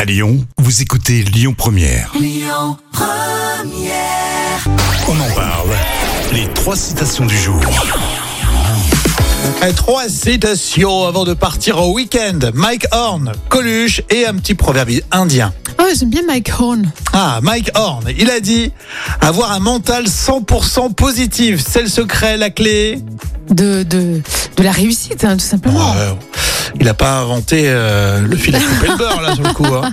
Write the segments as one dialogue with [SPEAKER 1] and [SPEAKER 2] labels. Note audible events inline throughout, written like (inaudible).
[SPEAKER 1] À Lyon, vous écoutez Lyon Première. On en parle. Les trois citations du jour.
[SPEAKER 2] Euh, Trois citations avant de partir au week-end. Mike Horn, Coluche et un petit proverbe indien.
[SPEAKER 3] Oh, j'aime bien Mike Horn.
[SPEAKER 2] Ah, Mike Horn, il a dit avoir un mental 100% positif, c'est le secret, la clé.
[SPEAKER 3] De, de, de la réussite, hein, tout simplement.
[SPEAKER 2] Ouais, Euh, il n'a pas inventé euh, le fil à couper le beurre là sur le coup.
[SPEAKER 3] (laughs)
[SPEAKER 2] hein.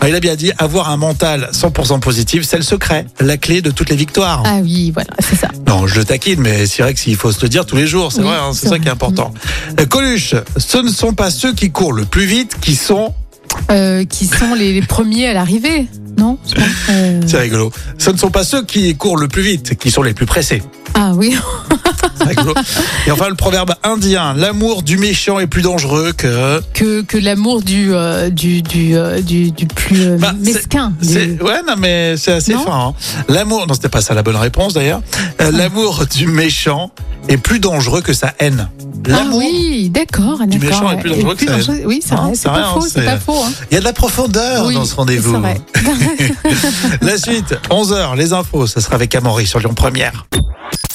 [SPEAKER 2] Ah, Il a bien dit avoir un mental 100% positif, c'est le secret, la clé de toutes les victoires.
[SPEAKER 3] Ah oui, voilà, c'est ça.
[SPEAKER 2] Non, je le taquine, mais c'est vrai que s'il faut se le dire tous les jours, c'est
[SPEAKER 3] Oui,
[SPEAKER 2] vrai, hein,
[SPEAKER 3] c'est
[SPEAKER 2] c'est ça
[SPEAKER 3] vrai. Mm.
[SPEAKER 2] qui est important. Euh, Coluche, ce ne sont pas ceux qui courent le plus vite qui sont
[SPEAKER 3] Euh, qui sont les, les premiers à l'arrivée, non je pense, euh,
[SPEAKER 2] C'est rigolo. Ce ne sont pas ceux qui courent le plus vite qui sont les plus pressés.
[SPEAKER 3] Ah oui, (laughs)
[SPEAKER 2] C'est rigolo. Et enfin, le proverbe indien l'amour du méchant est plus dangereux que.
[SPEAKER 3] que, que l'amour du, euh, du, du, euh, du, du plus euh,
[SPEAKER 2] Bah, c'est-
[SPEAKER 3] mesquin. du-
[SPEAKER 2] C'est... Ouais, non, mais c'est assez
[SPEAKER 3] Non Ah.
[SPEAKER 2] fin. hein. L'amour. Non, c'était pas ça la bonne réponse d'ailleurs. Euh, L'amour du méchant est plus dangereux que sa haine.
[SPEAKER 3] Ah
[SPEAKER 2] L'amour.
[SPEAKER 3] oui, d'accord.
[SPEAKER 2] Du
[SPEAKER 3] d'accord,
[SPEAKER 2] méchant est
[SPEAKER 3] ouais.
[SPEAKER 2] plus dangereux que ça.
[SPEAKER 3] Oui, c'est
[SPEAKER 2] Hein,
[SPEAKER 3] vrai,
[SPEAKER 2] c'est
[SPEAKER 3] c'est pas
[SPEAKER 2] vrai, hein,
[SPEAKER 3] faux, c'est
[SPEAKER 2] c'est-
[SPEAKER 3] pas faux. hein.
[SPEAKER 2] Il y a de la profondeur
[SPEAKER 3] Oui,
[SPEAKER 2] dans ce rendez-vous.
[SPEAKER 3] c'est vrai.
[SPEAKER 2] La suite, 11h, les infos, ça sera avec Amaury sur Lyon Première.